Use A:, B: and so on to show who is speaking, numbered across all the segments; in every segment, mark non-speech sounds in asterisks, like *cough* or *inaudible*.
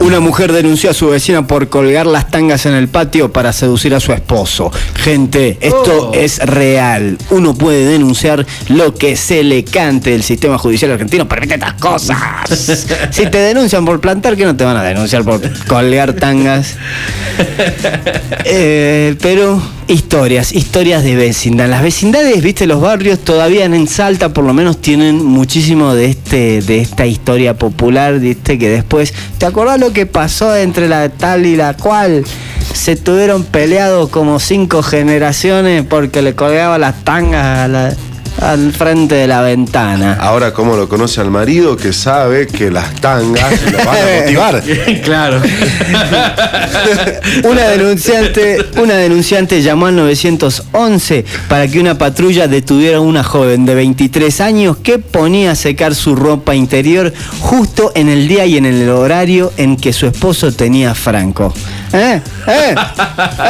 A: Una mujer denunció a su vecina por colgar las tangas en el patio para seducir a su esposo. Gente, esto
B: Oh.
A: es real. Uno puede denunciar lo que se le cante. El sistema judicial argentino permite estas cosas. si te denuncian por plantar, ¿qué no te van a denunciar por colgar tangas? Eh, pero historias, historias de vecindad. Las vecindades, viste, los barrios todavía en Salta por lo menos tienen muchísimo de este, de esta historia popular, viste, que después. ¿Te acordás lo que pasó entre la tal y la cual? Se tuvieron peleados como cinco generaciones porque le colgaba las tangas a la- al frente de la ventana.
C: Ahora, como lo conoce al marido que sabe que las tangas lo
A: *laughs*
C: van a motivar?
B: *laughs* claro.
A: Una denunciante, una denunciante llamó al 911 para que una patrulla detuviera a una joven de 23 años que ponía a secar su ropa interior justo en el día y en el horario en que su esposo tenía Franco. ¿Eh? ¿Eh?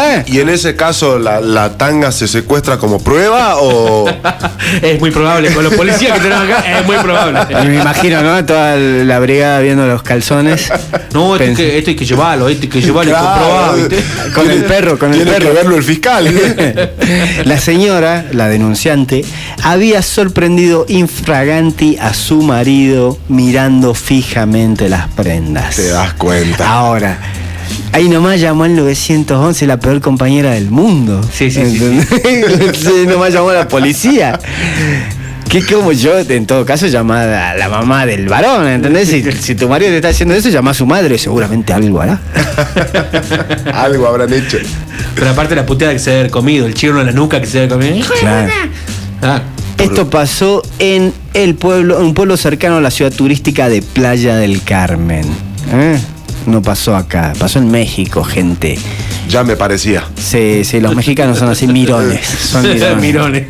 A: ¿Eh?
C: ¿Y en ese caso la, la tanga se secuestra como prueba o.?
B: es muy probable. Con los policías que tenemos acá, es muy probable.
A: Me imagino, ¿no? Toda la brigada viendo los calzones.
B: No, esto, hay
A: Pens-
B: que, esto hay que llevarlo, esto hay que llevarlo y
C: Claro.
B: comprobarlo, ¿viste?
A: Con el perro, con el
C: Tiene
A: perro.
C: que verlo el
A: *laughs*
C: fiscal. ¿eh?
A: La señora, la denunciante, había sorprendido infraganti a su marido mirando fijamente las prendas.
C: Te das cuenta.
A: Ahora, ahí nomás llamó al 911 la peor compañera del mundo.
B: Sí, sí, sí,
A: ¿Entendés? *laughs* Sí, nomás llamó a la policía. Que como yo, en todo caso, llamada a la mamá del varón, ¿entendés? Si, si tu marido te está haciendo eso, llama a su madre, seguramente algo hará.
C: Algo habrán hecho.
B: Pero aparte la puteada que se debe haber comido, el chirro en la nuca que se debe haber comido.
A: *laughs* Claro.
B: Ah,
A: Esto pasó en el pueblo, en un pueblo cercano a la ciudad turística de Playa del Carmen. ¿Eh? No pasó acá, pasó en México, gente.
C: Ya me parecía.
A: Sí, sí, los mexicanos son así mirones.
B: *laughs*
A: Son mirones.
B: mirones.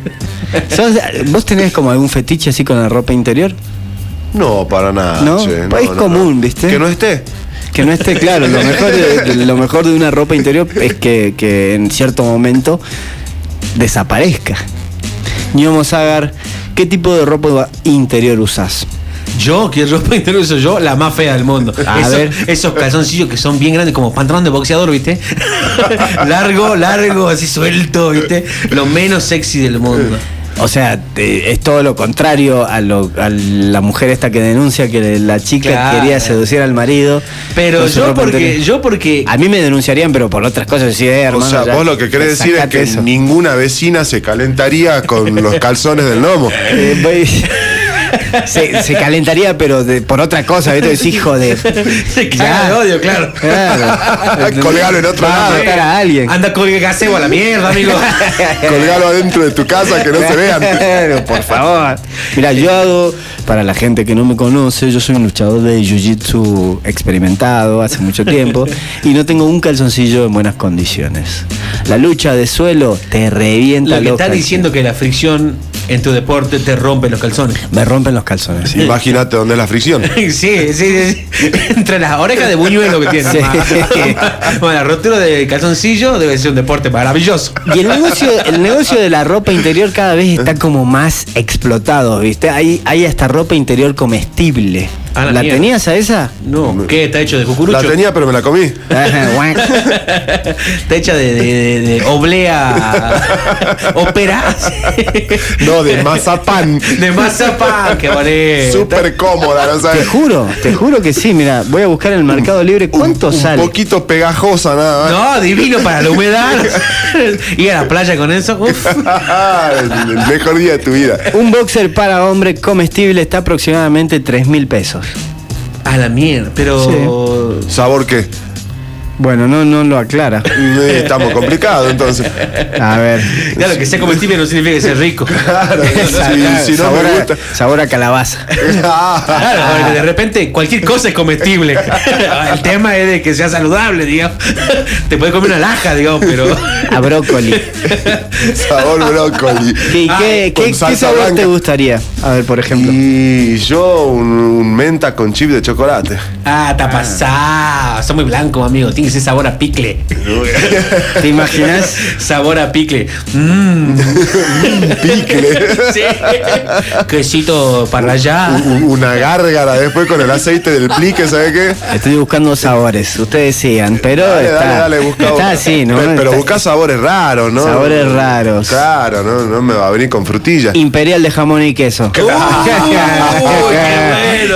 A: ¿Sos- ¿Vos tenés como algún fetiche así con la ropa interior?
C: No, para nada.
A: No,
C: che,
A: es común, ¿viste?
C: Que no esté.
A: Que no esté claro, lo mejor de, de- lo mejor de una ropa interior es que, que en cierto momento desaparezca. Ñomo Sagar, ¿qué tipo de ropa interior usás?
B: Yo, que ropa interior uso yo, la más fea del mundo.
A: A
B: Esos-
A: ver.
B: Esos calzoncillos que son bien grandes, como pantalón de boxeador,
A: *laughs*
B: ¿viste? largo, largo, así suelto, ¿viste? Lo menos sexy del mundo.
A: O sea, te- es todo lo contrario a, lo- a la mujer esta que denuncia que la chica
B: Claro.
A: quería seducir al marido.
B: Pero
A: con su
B: yo
A: ropa
B: porque,
A: interior.
B: yo porque.
A: A mí me denunciarían, pero por otras cosas. Sí, eh, hermano,
C: o sea,
A: ya,
C: vos lo que querés decir es
A: sacate
C: que
A: eso.
C: ninguna vecina se calentaría con
A: *laughs*
C: los calzones del gnomo. *laughs*
A: Eh, voy- *laughs* se, se calentaría, pero de- por otra cosa. ¿viste? Es hijo de...
B: *laughs* Se caga de
A: *laughs*
B: odio, claro.
A: Claro.
C: Colgalo en otro
A: Va a
C: lado.
A: matar a alguien.
B: Anda con el gasebo a la
A: *laughs*
B: mierda, amigo.
C: Colgalo adentro de tu casa que no se vean.
A: *laughs* Claro, por favor. Mira, yo hago, para la gente que no me conoce, yo soy un luchador de jiu-jitsu experimentado hace mucho
C: *laughs*
A: tiempo y no tengo un calzoncillo en buenas condiciones. La lucha de suelo te revienta
B: Lo que
A: los
B: está
A: calzones.
B: diciendo que la fricción en tu deporte te rompe los calzones. *laughs*
A: Me rompen los calzones.
C: Imagínate dónde es la fricción.
B: Sí, sí, sí, sí. Entre las orejas de buñuelo que tiene.
A: Sí. *laughs*
B: Bueno, la rotura de calzoncillo debe ser un deporte maravilloso.
A: Y el negocio, el negocio de la ropa interior cada vez está como más explotado, ¿viste? Hay, hay hasta ropa interior comestible.
B: A la
A: ¿La
B: mierda.
A: tenías a
B: *laughs*
A: esa?
B: No, ¿qué? ¿Está hecho de
C: La
B: cucurucho?
C: tenía, pero me la comí.
A: Eh,
B: Está hecha de, de- de-
A: *laughs*
B: de oblea ópera.
C: *laughs* No, de mazapán.
B: De mazapán, qué bonito.
C: Súper cómoda, ¿no
A: Te
C: sabes?
A: juro, te juro que sí. Mira, voy a buscar en el Mercado Libre cuánto
C: un
A: sale.
C: poquito pegajosa nada más.
B: No, divino para la humedad.
C: *laughs*
B: Ir a la playa con eso. uf.
C: el *laughs* mejor día de tu vida.
A: Un boxer para hombre comestible está aproximadamente 3 mil pesos.
B: A la mierda, pero.
C: ¿Sabor qué?
A: Bueno, no, no lo aclara.
C: Eh, Estamos complicados, entonces.
A: A
C: *laughs*
A: ver.
B: Claro, que sea comestible no significa que sea rico.
C: Claro, si, si no
A: sabor,
C: me
A: a,
C: gusta.
A: sabor a calabaza.
C: Ah,
B: Claro, porque de repente cualquier cosa es comestible. El tema es de que sea saludable, digamos. *laughs* Te puedes comer una laja, digamos, pero.
A: A brócoli.
C: *laughs* sabor brócoli.
A: ¿Qué,
B: Ah,
A: qué,
C: con
A: qué- qué
C: salsa
A: sabor
C: blanca.
A: te gustaría? A ver, por ejemplo.
C: Y yo un, un menta con chip de chocolate. Ah.
B: Ah, está pasado. Está muy blanco, amigo. Tiene que ese sabor a picle.
A: ¿Te imaginas?
B: *laughs* Sabor a picle. Mmm.
C: *laughs* Picle.
B: *laughs* Sí. Quesito para allá.
C: U- u- Una gárgara después con el aceite del plique, ¿sabe qué?
A: Estoy buscando sabores, ustedes sigan, pero
C: Dale,
A: está,
C: dale, dale, busca.
A: está así, ¿no?
C: Pe- Pero,
A: Está-
C: busca sabores raros, ¿no?
A: Sabores raros.
C: Claro, no, no me va a venir con frutillas. *laughs*
A: Imperial de jamón y queso. *laughs*
B: qué bueno.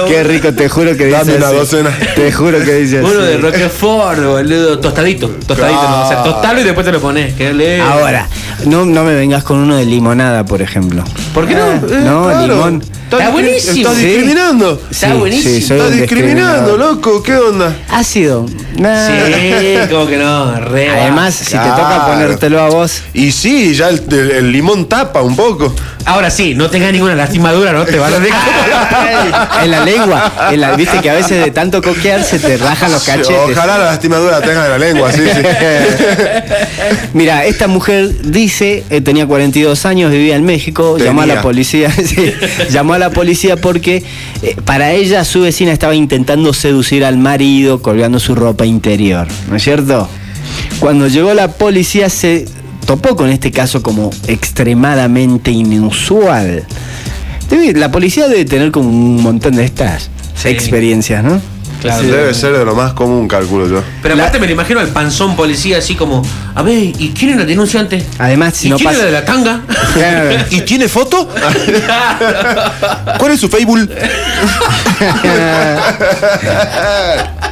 A: Qué rico, te juro que dice
C: Dame una
A: así.
C: docena.
A: Te juro que dice
B: Uno
A: así.
B: de Roquefort, boludo. Tostadito. Tostadito. ¿no? O sea, tostalo y después te lo pones. Qué leve.
A: Ahora, no, no me vengas con uno de limonada, por ejemplo.
B: ¿Por qué no?
A: Ah, no,
C: Eh, claro.
A: limón.
B: Está buenísimo.
C: Estás
B: Sí.
C: discriminando.
B: Está
A: Sí,
B: buenísimo.
A: sí, soy
C: Estás
A: un
C: discriminando,
A: discriminador.
C: loco. ¿Qué onda?
A: Ácido. Nah.
B: Sí, como que no, re. va.
A: Además, si te toca
C: Claro.
A: ponértelo a vos.
C: Y sí, ya el, el- el limón tapa un poco.
B: Ahora sí, no tengas ninguna lastimadura, no te van
A: *laughs*
B: a dejar.
A: En la lengua, en la- viste que a veces de tanto coquear se te rajan los cachetes.
C: Ojalá la lastimadura tenga en la lengua, sí, sí.
A: Mira, esta mujer dice, eh, tenía 42 años, vivía en México,
C: Tenía.
A: llamó a la policía, *laughs* sí, llamó a la policía porque eh, para ella su vecina estaba intentando seducir al marido colgando su ropa interior, ¿no es cierto? Cuando llegó la policía se topó con este caso como extremadamente inusual. Debe- La policía debe tener como un montón de estas
B: Sí.
A: experiencias, ¿no?
B: Claro.
C: Debe ser de lo más común, calculo yo.
B: Pero aparte me lo imagino al panzón policía así como, a ver, ¿y quién es la denunciante?
A: Además, si
B: ¿Y
A: no
B: quién
A: pasa-
B: es la de la tanga?
A: Claro.
B: *laughs*
C: ¿Y tiene foto? ¿Cuál es su Facebook?
A: Ah.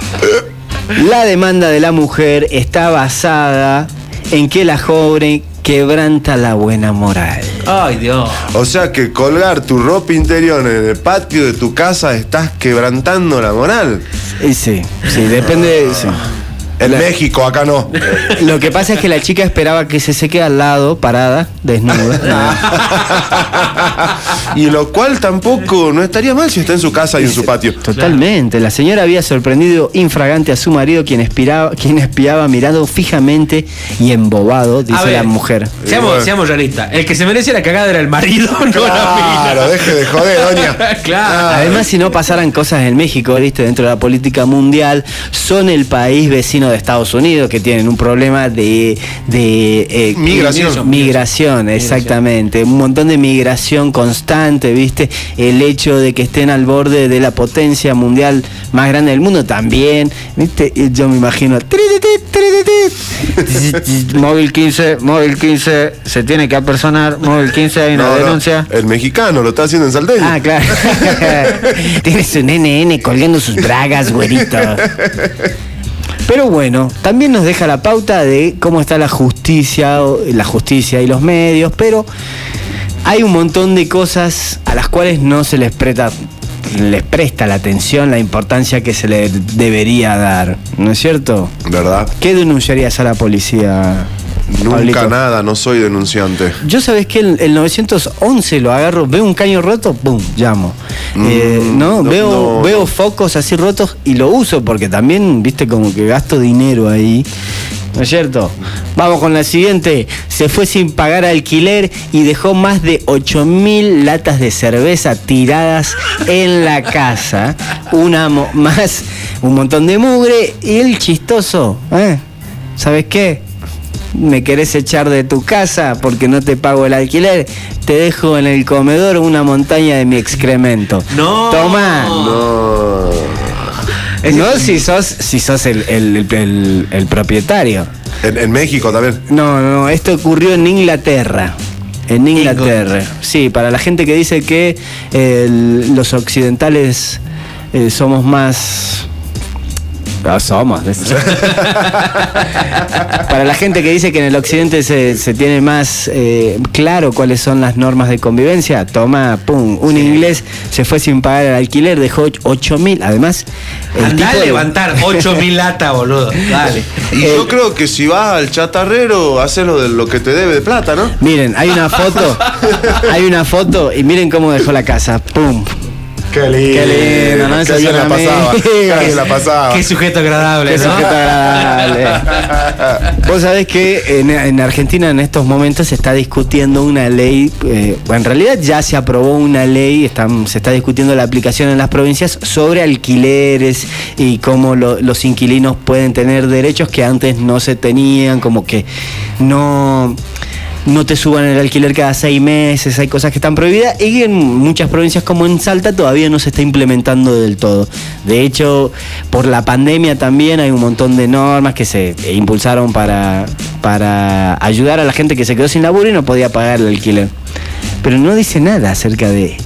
A: La demanda de la mujer está basada en que la joven quebranta la buena moral.
B: Ay, Dios.
C: O sea que colgar tu ropa interior en el patio de tu casa estás quebrantando la moral.
A: Y Eh, sí, sí, depende. sí.
C: En México, acá no.
A: *laughs* Lo que pasa es que la chica esperaba que se seque al lado, parada, desnuda.
C: Y lo cual tampoco no estaría mal si está en su casa y en su patio.
A: Totalmente. La señora había sorprendido infragante a su marido, quien, espiraba- quien espiaba mirado fijamente y embobado, dice
B: A ver,
A: la mujer.
B: Seamos,
C: Bueno.
B: seamos realistas. El que se merece la cagada era el marido, *laughs* no
C: Claro,
B: la
C: deje de joder, doña.
A: *laughs*
B: mina.
C: Ah,
B: Claro.
A: Además, si no pasaran cosas en México, viste, dentro de la política mundial, son el país vecino de Estados Unidos que tienen un problema de, de eh,
C: Migración.
A: migración, exactamente, un montón de migración constante, viste, el hecho de que estén al borde de la potencia mundial más grande del mundo también, viste, Y yo me imagino, "Tiritit,
C: *laughs*
A: tiritit". móvil 15, móvil 15, se tiene que apersonar, móvil 15, hay una
C: No, no,
A: denuncia.
C: el mexicano lo está haciendo en Salteño. *laughs*
A: Ah, claro. *laughs* Tienes un NN colgando sus bragas, güerito. Pero bueno, también nos deja la pauta de cómo está la justicia, o- la justicia y los medios, pero hay un montón de cosas a las cuales no se les presta les presta la atención, la importancia que se le debería dar, ¿no es cierto?
C: ¿Verdad?
A: ¿Qué denunciarías a la policía?
C: Nunca
A: Pablito?
C: nada, no soy denunciante.
A: Yo sabes que el, el 911 lo agarro, veo un caño roto, ¡pum! Llamo. Eh,
C: Mm,
A: ¿no?
C: no,
A: veo,
C: no,
A: veo
C: no.
A: focos así rotos y lo uso porque también, viste, como que gasto dinero ahí. ¿No es cierto? Vamos con la siguiente. Se fue sin pagar alquiler y dejó más de 8.000 latas de cerveza tiradas en la casa. Una mo- más, un montón de mugre y el chistoso. ¿eh? ¿Sabes qué? me querés echar de tu casa porque no te pago el alquiler, te dejo en el comedor una montaña de mi excremento.
B: No.
A: Toma.
C: No.
A: No si sos, si sos el, el- el- el- el propietario.
C: En, en México también.
A: No, no, esto ocurrió en Inglaterra. En Inglaterra. Sí, para la gente que dice que eh, el- los occidentales eh, somos más... Ah, somos. *laughs* Para la gente que dice que en el occidente se, se tiene más eh, claro cuáles son las normas de convivencia, toma, pum, un inglés se fue sin pagar el alquiler, dejó 8 mil. Además, el
B: Andá a
A: tipo de- *laughs*
B: levantar 8000 lata, boludo. Dale.
C: Y
A: Eh.
C: yo creo que si vas al chatarrero, haces lo de lo que te debe de plata, ¿no?
A: Miren, hay una foto, hay una foto y miren cómo dejó la casa. ¡Pum!
C: Qué lindo.
A: Qué lindo, ¿no? Esos
C: Qué bien
A: son *laughs*
C: la pasaba.
A: amigos.
C: Qué bien la pasaba.
B: Qué sujeto agradable,
A: Ah, Qué
B: ¿no?
A: sujeto agradable. Vos sabés que en, en Argentina en estos momentos se está discutiendo una ley, eh, en realidad ya se aprobó una ley, están- se está discutiendo la aplicación en las provincias sobre alquileres y cómo lo- los inquilinos pueden tener derechos que antes no se tenían, como que no no te suban el alquiler cada seis meses, hay cosas que están prohibidas y en muchas provincias como en Salta todavía no se está implementando del todo. De hecho, por la pandemia también hay un montón de normas que se impulsaron para, para ayudar a la gente que se quedó sin laburo y no podía pagar el alquiler. Pero no dice nada acerca de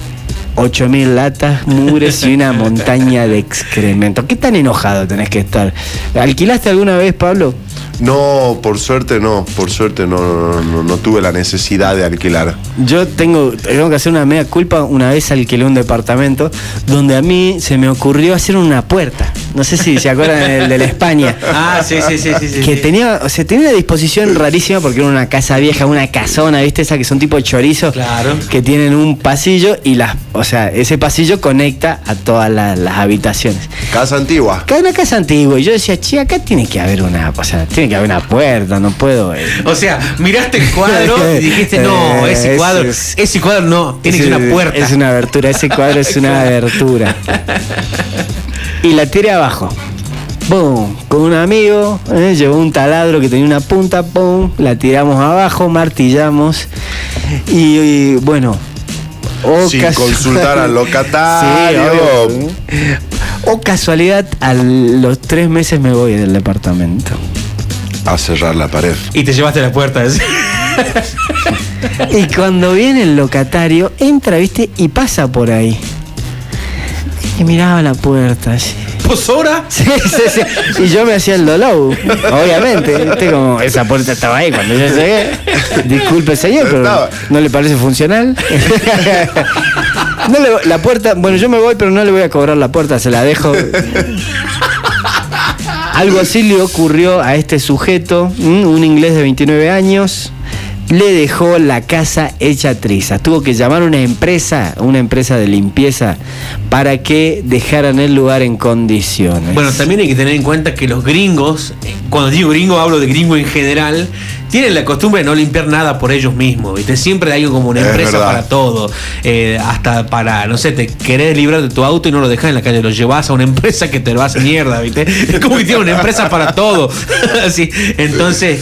A: 8.000 latas, mugres y una montaña de excremento. ¿Qué tan enojado tenés que estar? ¿Alquilaste alguna vez, Pablo?
C: *laughs* No, por suerte no, por suerte no, no, no, no tuve la necesidad de alquilar.
A: Yo tengo, tengo que hacer una media culpa. Una vez alquilé un departamento donde a mí se me ocurrió hacer una puerta. No sé si se acuerdan del de la España.
B: *laughs* Ah, sí, sí, sí, sí. sí,
A: Que
B: sí.
A: tenía, o sea, tenía una disposición rarísima porque era una casa vieja, una casona, ¿viste? Esa que son tipo chorizos.
B: Claro.
A: Que tienen un pasillo y las, o sea, ese pasillo conecta a todas la- las habitaciones.
C: Casa antigua.
A: Acá hay una casa antigua y yo decía, che, acá tiene que haber una, o sea, tiene que haber una puerta, no puedo. eh,
B: O sea, miraste el cuadro
A: *laughs*
B: y dijiste, no,
A: Eh,
B: ese
A: ese
B: cuadro,
A: es-
B: ese cuadro no, tiene que
A: Es
B: ser una
A: un-
B: puerta.
A: Es una abertura, ese cuadro es
B: *laughs*
A: una abertura. Y la tiré abajo. Pum, con un amigo, eh, llevó un taladro que tenía una punta, pum, la tiramos abajo, martillamos. Y, y, bueno. o
C: Sin
A: casual-
C: consultar al locatario.
A: Sí, obvio. *laughs* o casualidad, a los tres meses me voy del departamento.
C: A cerrar la pared.
B: Y te llevaste
A: *laughs*
B: la puerta. es-
A: Y cuando viene el locatario, entra, viste, y pasa por ahí. Y miraba la puerta así.
B: ¿Posora?
A: Sí, sí, sí. Y yo me hacía el dolor, obviamente. ¿viste? Como esa puerta estaba ahí cuando yo llegué. Disculpe, señor, pero
C: Estaba.
A: ¿no le parece funcional? No le- la puerta, bueno, yo me voy, pero no le voy a cobrar la puerta, se la dejo. Algo así le ocurrió a este sujeto, ¿m? un inglés de 29 años. Le dejó la casa hecha trizas. Tuvo que llamar a una empresa, una empresa de limpieza, para que dejaran el lugar en condiciones.
B: Bueno, también hay que tener en cuenta que los gringos, eh, cuando digo gringo hablo de gringo en general, tienen la costumbre de no limpiar nada por ellos mismos, ¿viste? Siempre hay como una
C: Es
B: empresa
C: verdad.
B: para todo, eh, hasta para, no sé, te querés librar de tu auto y no lo dejas en la calle, lo llevas a una empresa que te lo hace mierda, ¿viste? Es como que tiene una empresa para todo, *laughs* así. Entonces,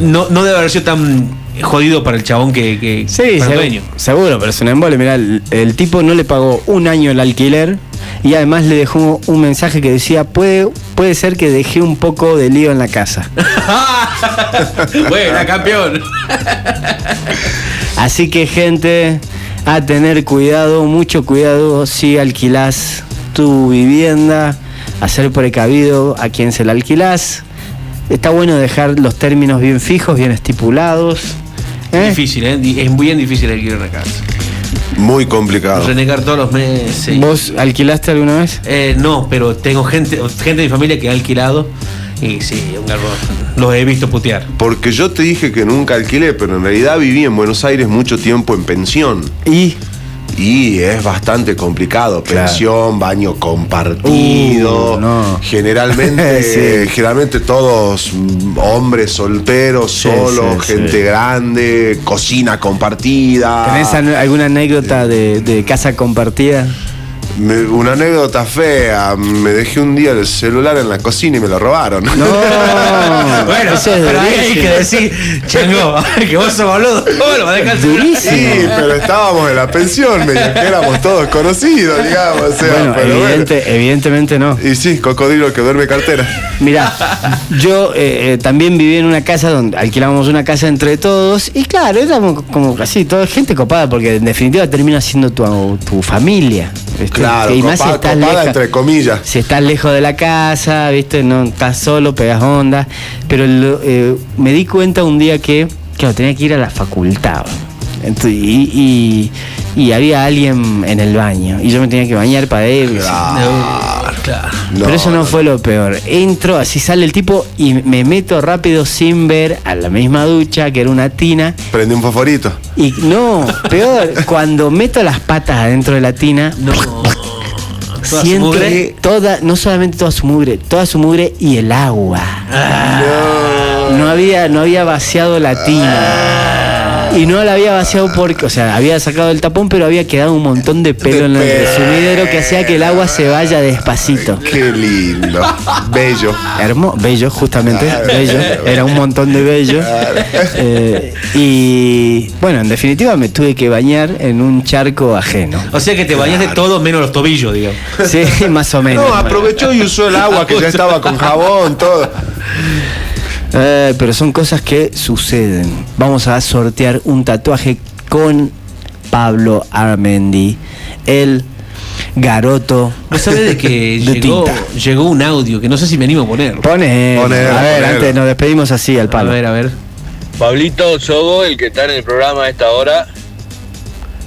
B: no, no debe haber sido tan jodido para el chabón que, que
A: Sí,
B: para el
A: segu-
B: dueño.
A: seguro, pero es un embole. Mirá, el, el tipo no le pagó un año el alquiler y además le dejó un mensaje que decía: puede, puede ser que dejé un poco de lío en la casa.
B: Buena, campeón.
A: Así que, gente, a tener cuidado, mucho cuidado si alquilás tu vivienda, a ser precavido a quien se la alquilás. Está bueno dejar los términos bien fijos, bien estipulados. ¿eh?
B: Difícil, ¿eh? Di- Es bien difícil alquilar una casa.
C: Muy complicado.
B: Renegar todos los meses.
A: ¿Vos alquilaste alguna vez?
B: Eh, no, pero tengo gente, gente de mi familia que ha alquilado y sí, un garrón. Los he visto putear.
C: Porque yo te dije que nunca alquilé, pero en realidad viví en Buenos Aires mucho tiempo en pensión.
A: Y
C: Y es bastante complicado.
A: Claro.
C: Pensión, baño compartido.
A: Uh, no. *laughs*
C: Generalmente,
A: Sí.
C: generalmente todos mm, hombres solteros,
A: Sí,
C: solos,
A: sí,
C: gente
A: sí.
C: grande, cocina compartida.
A: ¿Tenés an- alguna anécdota de, de casa compartida?
C: Me- una anécdota fea. Me dejé un día el celular en la cocina y me lo robaron. *laughs*
A: No,
B: bueno,
A: Ah, eso es
B: pero ahí hay
A: durísimo.
B: que decir, chango, que vos sos boludo. ¿Cómo lo vas a dejar el celular?
A: Durísimo.
C: Sí, pero estábamos en la pensión, me que éramos todos conocidos, digamos. o
A: *laughs*
C: sea,
A: Bueno,
C: pero bueno.
A: evidente- evidentemente no.
C: Y sí, cocodrilo que duerme cartera.
A: Mirá, yo eh, eh, también viví en una casa donde alquilábamos una casa entre todos y claro, éramos como casi toda gente copada porque en definitiva termina siendo tu, tu familia. ¿viste?
C: Claro,
A: y más si
C: copada,
A: estás
C: copada
A: leja-
C: entre comillas.
A: si estás lejos de la casa, viste, no estás solo, pegas onda. Pero lo- eh, me di cuenta un día que, claro, tenía que ir a la facultad. Entu- y, y- y había alguien en el baño. Y yo me tenía que bañar para ir.
B: No, claro.
A: Pero eso Ah, no fue lo peor. Entro, así sale el tipo y me meto rápido sin ver a la misma ducha, que era una tina.
C: Prende un fosforito.
A: *laughs* Y no, peor, cuando meto las patas adentro de la tina,
B: No. Toda su
A: Siento
B: mugre.
A: que toda, no solamente toda su mugre, toda su mugre y el agua. No había, no había vaciado la tina. Y no la había vaciado porque, o sea, había sacado el tapón, pero había quedado un montón de pelo en
C: De
A: el
C: pelo.
A: resumidero que hacía que el agua se vaya despacito.
C: Qué lindo. Bello.
A: Hermoso, bello, justamente,
C: Claro.
A: bello, era un montón de bello. Eh, y bueno, en definitiva me tuve que bañar en un charco ajeno.
B: O sea que te bañaste todo menos los tobillos, digo.
A: *laughs* Sí, más o menos.
C: No, aprovechó y usó *laughs* el agua que ya estaba con jabón, *laughs* todo.
A: Eh, pero son cosas que suceden. Vamos a sortear un tatuaje con Pablo Armendi, el garoto.
B: ¿Vos sabés de que
A: De
B: llegó,
A: tinta.
B: llegó un audio que no sé si me animo a poner?
A: Pone,
C: Pone,
A: a ver,
C: pone.
A: antes nos despedimos así al
B: A
A: palo.
B: ver, a ver.
D: Pablito Sogo, el que está en el programa a esta hora.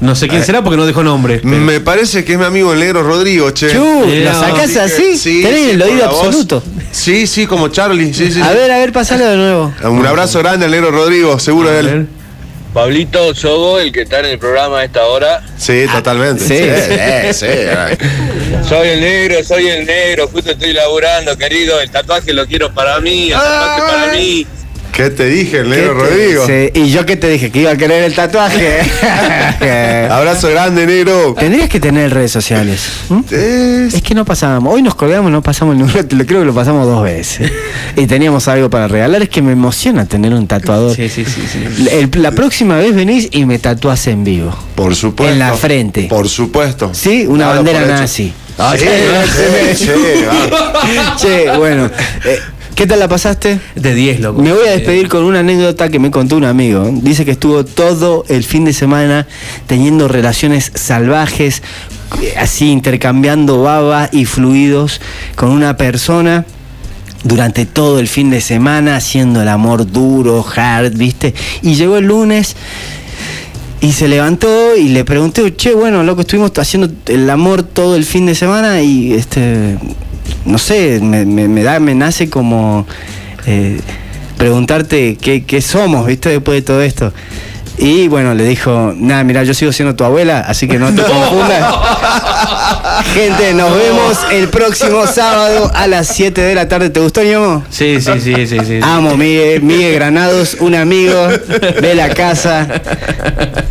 B: No sé quién será porque no dejó nombre. pero-
C: Me parece que es mi amigo el negro Rodrigo, che.
A: Chu, ¿lo
B: Era-
A: sacás
C: que-
A: así?
C: sí,
A: Tenés
C: sí,
A: el
C: con
A: oído
C: la voz.
A: absoluto.
C: Sí, sí, como Charlie. Sí, sí,
A: A
C: sí.
A: ver, a ver, pasalo de nuevo.
C: Un abrazo grande al negro Rodrigo, seguro
B: A
C: es
B: ver.
C: él.
D: Pablito Sogo, el que está en el programa a esta hora.
C: Sí, totalmente.
A: sí.
C: sí, sí.
D: Soy el negro, soy el negro, justo estoy laburando, querido. El tatuaje lo quiero para mí, el tatuaje para mí.
C: ¿Qué te dije, el negro
A: ¿Qué te- *laughs*
C: Rodrigo?
A: Sí, y yo que te dije que iba a querer el tatuaje.
C: *laughs*
A: *laughs*
C: Abrazo grande, negro.
A: Tendrías que tener redes sociales. ¿m?
C: Es-
A: Es que no pasábamos. Hoy nos colgamos, no pasamos el número. te lo- Creo que lo pasamos dos veces. Y teníamos algo para regalar. Es que me emociona tener un tatuador.
B: Sí, sí, sí, sí.
A: El- la próxima vez venís y me tatuás en vivo.
C: Por supuesto.
A: En la frente.
C: Por supuesto.
A: Sí, una
C: Dalo
A: bandera
C: por hecho.
A: nazi.
C: Ah, sí, sí, sí, va.
A: Che, bueno. eh, ¿Qué tal la pasaste?
B: De 10, loco. Eh,
A: Me voy a despedir con una anécdota que me contó un amigo. Dice que estuvo todo el fin de semana teniendo relaciones salvajes, eh, así intercambiando baba y fluidos con una persona durante todo el fin de semana, haciendo el amor duro, hard, ¿viste? Y llegó el lunes. Y se levantó y le pregunté, che, bueno, loco, estuvimos haciendo el amor todo el fin de semana y este, no sé, me, me- me da, me nace como eh, preguntarte qué, qué somos, ¿viste? Después de todo esto. Y bueno, le dijo, nada, mira, yo sigo siendo tu abuela, así que no te confundas. Gente, nos vemos el próximo sábado a las 7 de la tarde. ¿Te gustó, Ñomo?
B: Sí, sí, sí, sí, sí. sí.
A: Amo Miguel, Miguel Granados, un amigo de la casa.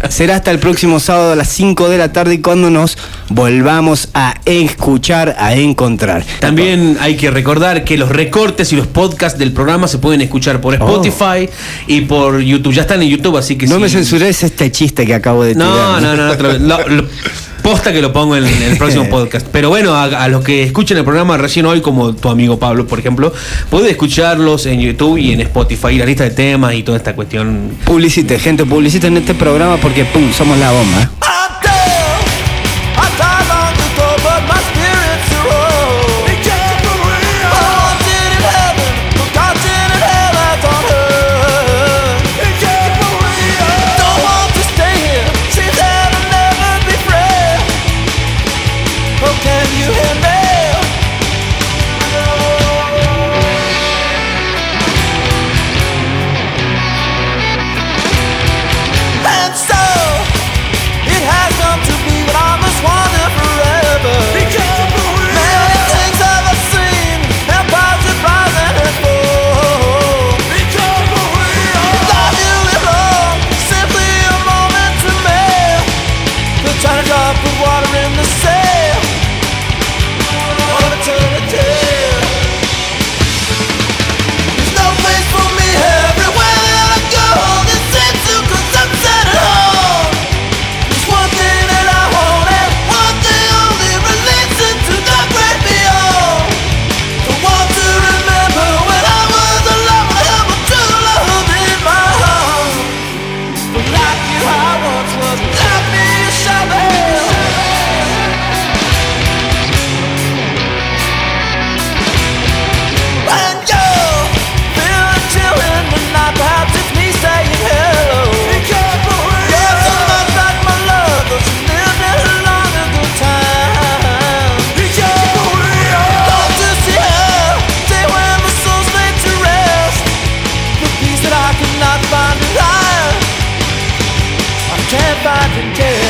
A: Será hasta el próximo sábado a las 5 de la tarde cuando nos volvamos a escuchar, a encontrar.
B: También hay que recordar que los recortes y los podcasts del programa se pueden escuchar por Spotify y por YouTube. Ya están en YouTube, así que
A: Oh. No
B: si-
A: me censures este chiste que acabo de
B: No,
A: tirar.
B: no, no, no, te lo- lo- lo- posta que lo pongo en, en el
A: *laughs*
B: próximo
A: Eh.
B: podcast. Pero bueno, a, a los que escuchen el programa recién hoy, como tu amigo Pablo, por ejemplo, puedes escucharlos en YouTube y en Spotify, la lista de temas y toda esta cuestión.
A: Publicite, gente, publiciten este programa porque pum, somos la bomba. ¿eh?
E: Can you hear me? And so it has come to be what I must wander forever. Many things have I seen, empires that rise and fall. Not really long, simply a moment to me. The tiny drop of water in the sea. One eternity. There's no place for me everywhere that I go. This seems to consumption at home. There's one thing that I want and one thing only relates to the great beyond. I want to remember when I was alone and have a true love in my heart. But like you, I once was. Let me shovel. And you feel a chill in the night, perhaps it's me saying hello. You're so much like my love, though she lived in a long ago time. Love to see her day when my soul's laid to rest. The peace that I could not find in life, I can't find in death.